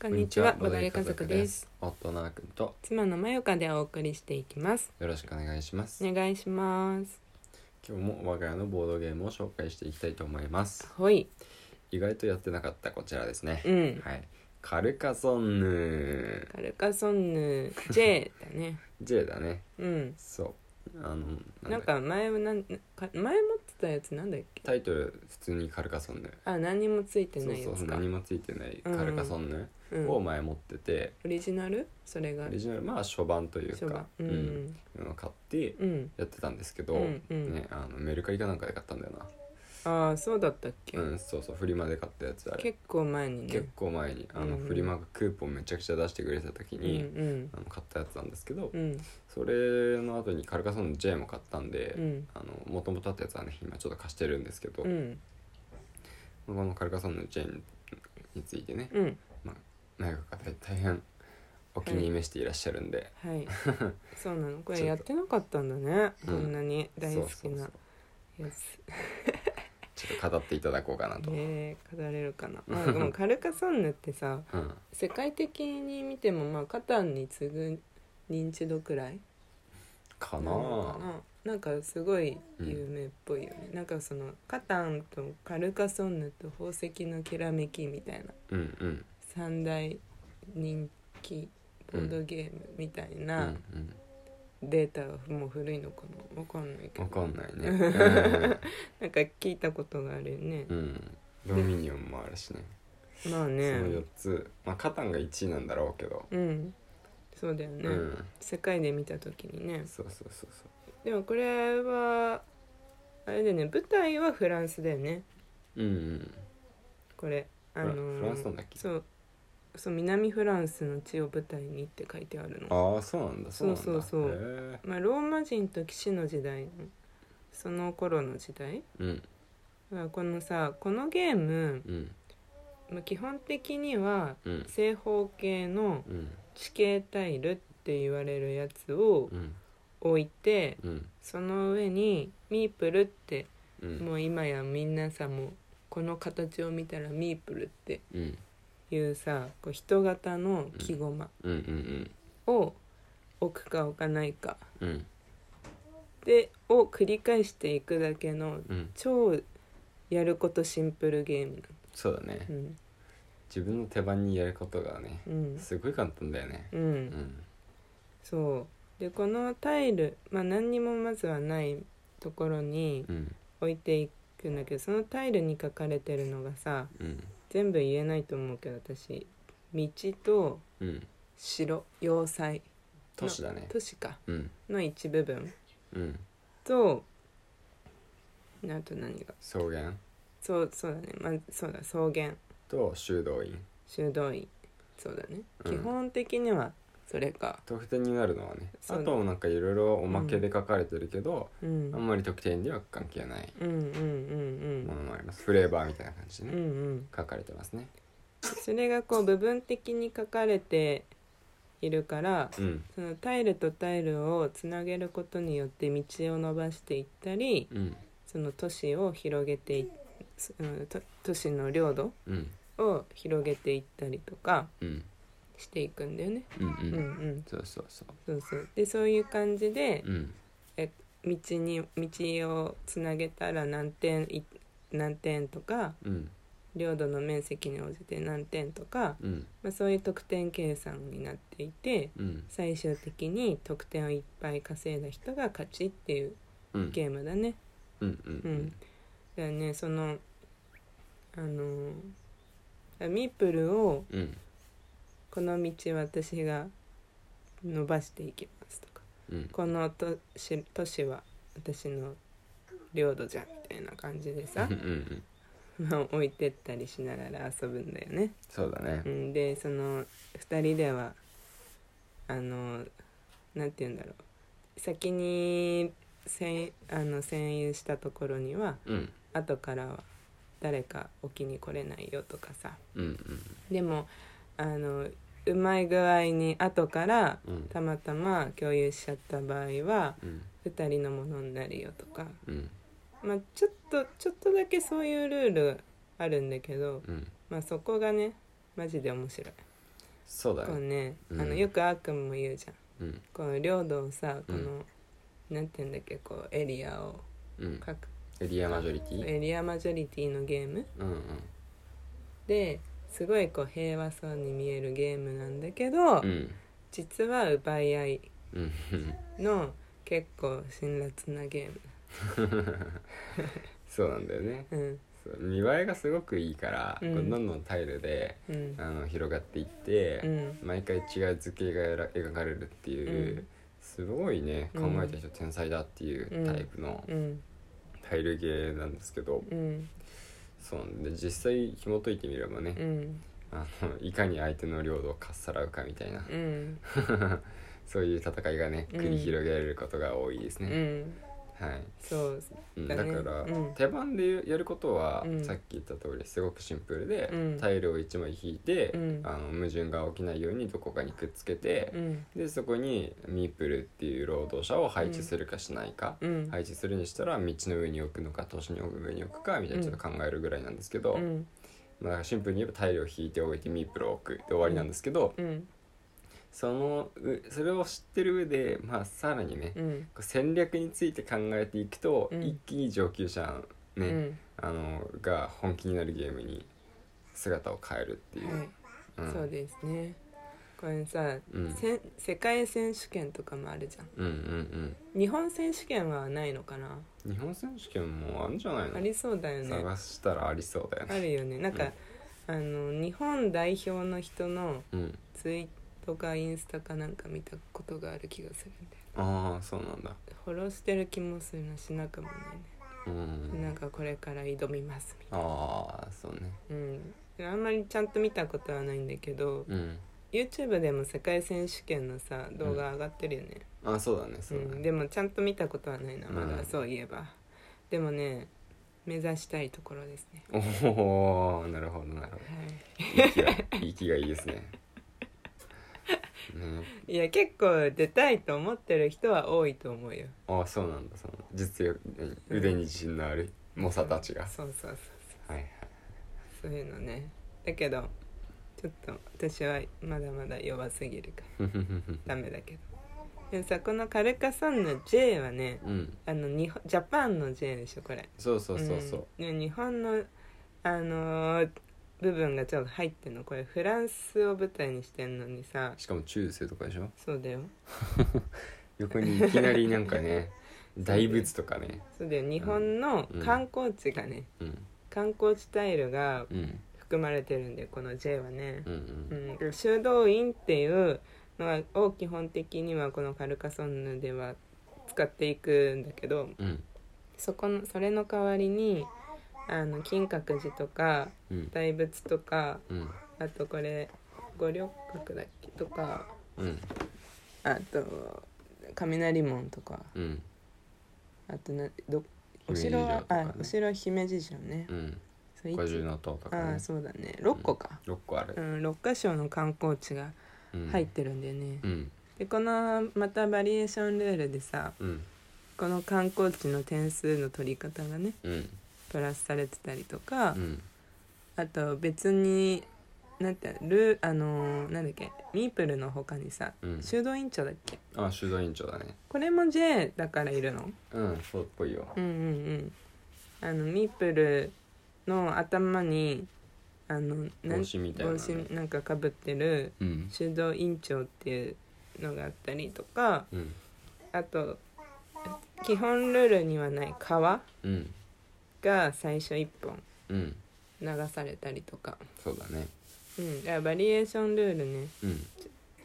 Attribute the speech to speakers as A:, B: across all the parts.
A: こんにちは、
B: こん
A: ボ
B: にちは
A: ドゲ家族です。
B: 夫のあくんと
A: 妻のまよかでお送りしていきます。
B: よろしくお願いします、
A: お願いします。
B: 今日も我が家のボードゲームを紹介していきたいと思います
A: ほい、
B: 意外とやってなかったこちらですね、
A: うん、
B: はいカルカソンヌ
A: カルカソンヌ J だ ね。
B: J だね
A: うん、
B: そうあのなんだ
A: なんか前はなんか前持ってたやつなんだっけ？
B: タイトル普通にカルカソンヌ
A: あ、何にもついて
B: そ
A: な
B: う
A: いや
B: そう
A: つか。
B: 何もついてない
A: うん
B: カルカソンヌ
A: うん
B: を前持ってて、
A: オリジナル？それが
B: オリジナルまあ初版という
A: 初
B: か
A: 版。うん、
B: うん買って
A: うん、
B: やってたんですけど、
A: うんうん
B: ね、あのメルカリかなんかで買ったんだよな
A: ああ、そうだったっけ？
B: うんそうそうフリマで買ったやつあれ
A: 結構前にね
B: 結。構前にあの
A: うんうん
B: フリマがクーポンめちゃくちゃ出してくれた時
A: うん
B: に、あの買ったやつなんですけど、
A: うんうん
B: それの後にカルカソンの J も買ったんで、
A: うん
B: あの元々あったやつはね今ちょっと貸してるんですけど、
A: うん
B: このカルカソンの J にについてね
A: うん
B: 内閣が大大変お気に召していらっしゃるんで、
A: はい。そうなの。これやってなかったんだね。こんなに大好き
B: そうそう
A: な
B: そう
A: やつ。
B: ちょっと語っていただこうかなと、
A: ねえ語れる かな、まあ、でもカルカソンヌってさ
B: うん、
A: 世界的に見てもまあカタンに次ぐ認知度くらい
B: か
A: な
B: な
A: のか
B: あ
A: ななんかすごい有名っぽいよね、なんかそのカタンとカルカソンヌと宝石のきらめきみたいな
B: うんうん
A: 三大人気ボードゲームみたい
B: うん
A: なデータがもう古いのかなわかんないけ
B: うんわ
A: ど
B: かんな いね
A: なんか聞いたことがあるよね
B: う、ん、うん、ドミニオンもあるしね
A: まあ
B: その
A: ね
B: 4つまあカタンが1位なんだろうけど、
A: うんそうだよね、
B: うん
A: 世界で見た時にね
B: そうそうそうそ
A: でもこれはあれだよね舞台はフランスだよね
B: ううんうん
A: これあ
B: フ
A: のー
B: ラフランスなんだっけ
A: そうそう南フランスの地を舞台にって書いてあるの
B: ああそうなんだそうなんだ
A: そうそうそう
B: へえ
A: まあ、ローマ人と騎士の時代のその頃の時代
B: うん
A: まあこのさこのゲーム、
B: うん
A: まあ、基本的には
B: うん
A: 正方形の
B: うん
A: 地形タイルって言われるやつを
B: うん
A: 置いて
B: うん
A: その上にミープルって
B: うん
A: もう今やみんなさもうこの形を見たらミープルって
B: うん
A: いうさこう人型の木駒
B: うんうん
A: を置くか置かないか
B: うんうん
A: でを繰り返していくだけの
B: うん
A: 超やることシンプルゲーム
B: そうだね
A: うん
B: 自分の手番にやることがね
A: うん、
B: すごい簡単だよね
A: う、
B: うんん
A: そうでこのタイル、まあ、何にもまずはないところに
B: うん
A: 置いていくんだけどそのタイルに書かれてるのがさ
B: うん
A: 全部言えないと思うけど私道と
B: うん
A: 城要塞
B: 都市だね
A: 都市か
B: うん
A: の一部分
B: うん
A: とあと何が
B: 草原
A: そうそうだねまあそうだ草原
B: と修道院
A: 修道院そうだね、
B: うん
A: 基本的にはそれか
B: 得点になるのはねあ
A: そうだ
B: となんかいろいろおまけで書かれてるけど
A: うん
B: あんまり得点には関係ない
A: うんうん
B: ものもありますフレーバーみたいな感じ
A: うんうん
B: で
A: うん
B: ね
A: うん
B: 書かれてますね
A: それがこう部分的に書かれているから
B: うん
A: そのタイルとタイルをつなげることによって道を伸ばしていったり
B: うん
A: その都市を広げていその都都市の領土
B: うん
A: を広げていったりとか
B: うん
A: していくんだよね。
B: うんう
A: うん
B: ん
A: う、ん、
B: そうそうそう
A: そうそうでそういう感じで
B: うん
A: 道に道をつなげたら何点い何点とか
B: うん
A: 領土の面積に応じて何点とか、
B: うん
A: まあ、そういう得点計算になっていて
B: うん
A: 最終的に得点をいっぱい稼いだ人が勝ちっていう
B: うん
A: ゲームだね。
B: うん
A: う
B: うんん、
A: だからねそのあのミープルを
B: うん
A: この道私が伸ばしていきますとか
B: うん
A: この都市都市は私の領土じゃんみたいな感じでさ
B: うんうん
A: まあ置いてったりしながら遊ぶんだよね。
B: そうだね
A: うん、でその2人ではあのなんて言うんだろう先に占あの占有したところには
B: うん
A: 後からは誰か置きに来れないよとかさ
B: うん
A: でもあのうまい具合に後から
B: うんうん
A: たまたま共有しちゃった場合は
B: うん
A: 2人のものになるよとか、
B: うん
A: まあ、ちょっとちょっとだけそういうルールあるんだけど、
B: うん
A: まあ、そこがねマジで面白い。
B: そうだ
A: こう
B: ね
A: ね、
B: うん
A: あのよくあーくんも言うじゃん
B: うん
A: この領土をさこの、
B: う
A: なんて言うんだっけこうエリアを
B: うん
A: 各
B: エリアマジョリティ
A: エリアマジョリティのゲーム
B: うんうん
A: ですごいこう平和そうに見えるゲームなんだけど、
B: うん
A: 実は奪い合い
B: うん
A: の結構辛辣なゲ
B: そうなんだよね
A: ーム
B: そう見栄えがすごくいいから、
A: うん
B: こうどんどんタイルで
A: うんうん
B: あの広がっていっ
A: う
B: て、
A: ん
B: 毎回違う図形がえら描かれるっていう、
A: うん
B: すごいね考えた人天才だっていうタイプの
A: うん
B: タイルゲーなんですけど、
A: うん
B: そうなんで実際紐解いてみればね、
A: うん
B: あのいかに相手の領土をかっさらうかみたいな、
A: うん
B: そういう戦いがね
A: うん
B: 繰り広げられることが多いです
A: う
B: ね、
A: ん
B: はい、
A: そう
B: うん
A: だ
B: だ
A: ね
B: から、
A: うん
B: 手番でやることは、
A: うん
B: さっき言った通りすごくシンプルで、
A: うん
B: タイルを1枚引いて、
A: うん
B: あの矛盾が起きないようにどこかにくっつけて
A: う、ん
B: でそこにミープルっていう労働者を配置するかしないか、
A: うん
B: 配置するにしたら道の上に置くのか都市の上に置くかみたいなちょっと考えるぐらいなんですけど、
A: うん
B: まあ、シンプルに言えばタイルを引いておいてミープルを置くで終わりなんですけど、
A: うん
B: そのうそれを知ってる上で、まあ、さらにね、
A: うん
B: こう戦略について考えていくと、
A: うん
B: 一気に上級者、ね
A: うん
B: あのが本気になるゲームに姿を変えるっていう、
A: はい
B: うん、
A: そうですねこれさ
B: うん
A: せん世界選手権とかもあるじゃん
B: うんうん
A: 日本選手権はないのかな
B: うん日本選手権もあるんじゃないの
A: ありそうだよね
B: 探したらありそうだよ
A: あ
B: ね
A: るよねなんか、あの日本代表の人の
B: うん
A: ツイートかインスタかなんか見たことがある気がするんで
B: ああそうなんだ
A: フォローしてる気もするなしなくもないね、
B: うん
A: なんかこれから挑みますみたい
B: ああそうね
A: なうんあんまりちゃんと見たことはないんだけど
B: うん
A: YouTube でも世界選手権のさ動画上がってるよね、
B: あそうだね
A: う
B: そうだね、
A: ん、でもちゃんと見たことはないなまだ、
B: うん
A: そういえばでもね目指したいところですね
B: おおなるほどなるほど
A: は
B: 息が 息がいいですねね
A: いいや結構出たいと思ってる人は多いと思うよ
B: ああそうなんだその実力腕に自信のある猛者たちが、
A: そうそうそう
B: はいはい
A: そういうのねだけどちょっと私はまだまだ弱すぎるから
B: ふふふふ
A: ダメだけどでもさこのカルカソンヌ J はね
B: うん
A: あの日本ジャパンの J でしょこれ
B: そうそうそうそう、
A: うんで日本のあのー部分がちょっと入ってんのこれフランスを舞台にしてんのにさ
B: しかも中世とかでしょ
A: そうだよ
B: 横にいきなりなんか ね大仏とかね
A: そうだよ日本の
B: うん
A: 観光地がね、
B: うん
A: 観光地タイルが
B: うん
A: 含まれてるんでこの J はね、
B: うん
A: うん、修道院っていうのを基本的にはこのカルカソンヌでは使っていくんだけど
B: うんうん
A: そこのそれの代わりにあの金閣寺とか
B: うん
A: 大仏とか
B: うん
A: あとこれ五稜郭だっけとか
B: うん
A: あと雷門とか
B: うん
A: あとなどお
B: 姫路
A: 城は、
B: 城とかね
A: あお城は姫路城ね
B: う、ん
A: そうい
B: 五重
A: つ
B: の塔とか
A: あ
B: ね
A: あそうだね6個か、
B: 6個あ
A: う
B: る、
A: ん6か所の観光地が
B: うん、
A: 入ってるんだよね、
B: うん
A: でこのまたバリエーションルールでさ
B: うん
A: この観光地の点数の取り方がね
B: うん
A: プラスされてたりとか、
B: うん
A: あと別になんてルーあのーなんだっけミープルの他にさ
B: うん
A: 修道院長だっけ
B: あ修道院長だね
A: これも J だからいるの
B: うんそうっぽいよ
A: うんうんうんあのミープルの頭にあのなん
B: 帽子みたいな
A: 帽
B: ね
A: 子なんかかぶってる
B: うん
A: 修道院長っていうのがあったりとか
B: うん
A: あと基本ルールにはない川
B: うん
A: が最初1本
B: うん
A: 流されたりとか、
B: そうだね
A: うん、だからバリエーションルールね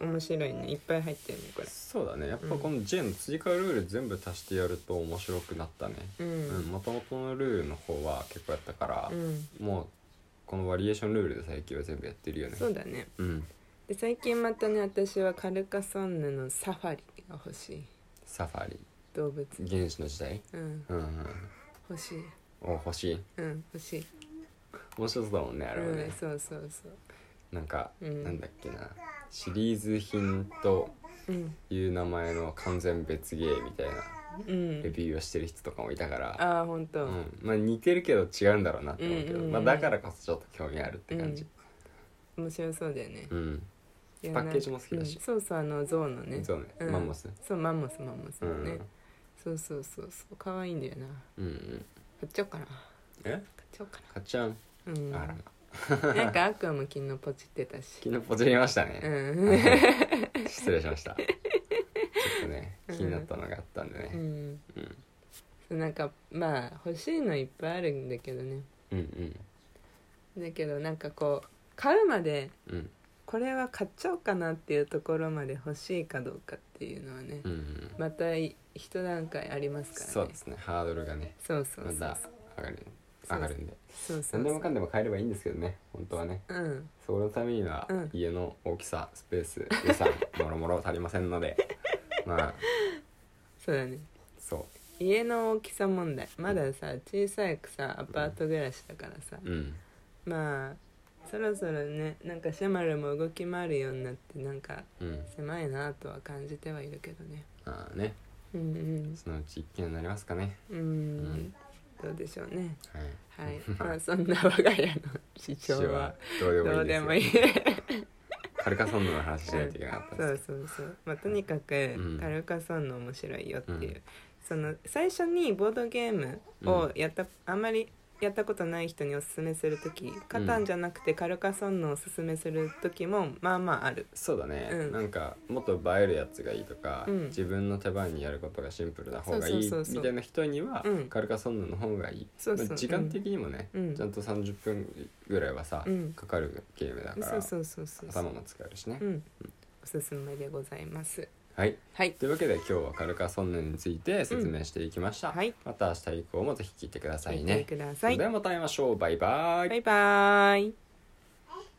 B: うん
A: 面白いねいっぱい入ってるねこ
B: そうだねやっぱこの J の追加ルール全部足してやると面白くなったね
A: れう
B: うん
A: ん
B: もともとのルールの方は結構やったから
A: う、ん
B: もうこのバリエーションルールで最近は全部やってるよね
A: そうだね
B: うん
A: で最近またね私はカルカソンヌのサファリが欲しい
B: サファリ
A: 動物
B: 原始の時代
A: うん
B: うんうん
A: 欲しい
B: お欲しい
A: うん欲しい
B: 面白そうだもんねあれは
A: う
B: ね
A: ん、、そうそうそう
B: なんか、
A: うん
B: なんだっけなシリーズ品と
A: うん
B: いう名前の完全別ゲーみたいな
A: う
B: レ
A: ん
B: ビューをしてる人とかもいたから、
A: ああほん
B: う
A: と
B: んまあ、似てるけど違うんだろうなって思うけ
A: う
B: ど、
A: んうんうん
B: まあ、だからこそちょっと興味あるって感じ
A: 面白そうだよね
B: うん、
A: で
B: パッケージも好きだし
A: うんそうそうあの象のね
B: そうね、
A: うん
B: マンモス
A: そうマンモスマンモス
B: う
A: の
B: ん、
A: ね、そうそうそうそう可愛いんだよな
B: うんうん
A: 買っちゃおうかな買
B: え
A: っちゃおうか
B: かっちゃん、
A: なうん
B: あら
A: なんか悪魔も昨日ポチってたし
B: 昨日ポチりました
A: う
B: ね、
A: ん
B: 失礼しましたちょっとね
A: うん
B: 気になったのがあったんで
A: う
B: ね、
A: ん
B: うん、
A: そうなんかまあ欲しいのいっぱいあるんだけどね
B: うんうん
A: だけどなんかこう買うまで
B: うん
A: これは買っちゃおうかなっていうところまで欲しいかどうかっていうのはね、
B: うんうん
A: また一段階ありますからね
B: そうですねハードルがね
A: そうそうそ
B: ま
A: う
B: た上がる上がるんで
A: そうそう
B: 何でも
A: そ
B: かんでも変えればいいんですけどね本当はね
A: ううん
B: そのためには
A: うん
B: 家の大きさスペース予算もろもろ足りませ んのでまあ
A: そうだね
B: そ
A: 家の大きさ問題まださ小さくさアパート暮らしだからさ、
B: ううん
A: まあそろそろねなんかシャマルも動き回るようになってなんか
B: うん
A: 狭いなとは感じてはいるけどね
B: まあね
A: うん
B: そのうち一軒になりますかね
A: うんうん、
B: うん
A: どうでしょうね
B: はい
A: はいまあそんな我が家の主
B: 一
A: 張は
B: はどうでもいい
A: どう
B: です
A: でもいい
B: カルカソンヌの話しないといけなかった
A: そ
B: で
A: う
B: す
A: そうそう、まあ、とにかく
B: うん
A: カルカソンヌ面白いよっていう、
B: うん
A: その最初にボードゲームをやった、あんまりやったことない人におすすめする時カタンじゃなくてカルカソンヌをおすすめする時もまあまあある
B: そうだね、
A: うん
B: なんかもっと映えるやつがいいとか、
A: うん
B: 自分の手番にやることがシンプルな方がいい
A: そうそうそうそう
B: みたいな人には、
A: うん
B: カルカソンヌの方がいい
A: そうそう
B: まあ時間的にもね、
A: うん
B: ちゃんと30分ぐらいはさ、
A: うん
B: かかるゲームだから
A: そうそうそうそう
B: 頭も使えるしね、
A: うんおすすめでございます
B: はい
A: はい
B: というわけで今日はカルカソンヌについて説明していきました、
A: うんはい
B: また明日以降もぜひ聞いてください
A: 聞い
B: ね
A: てくださ
B: それ
A: い
B: ではまた会いましょうバイバイ
A: バイバーイ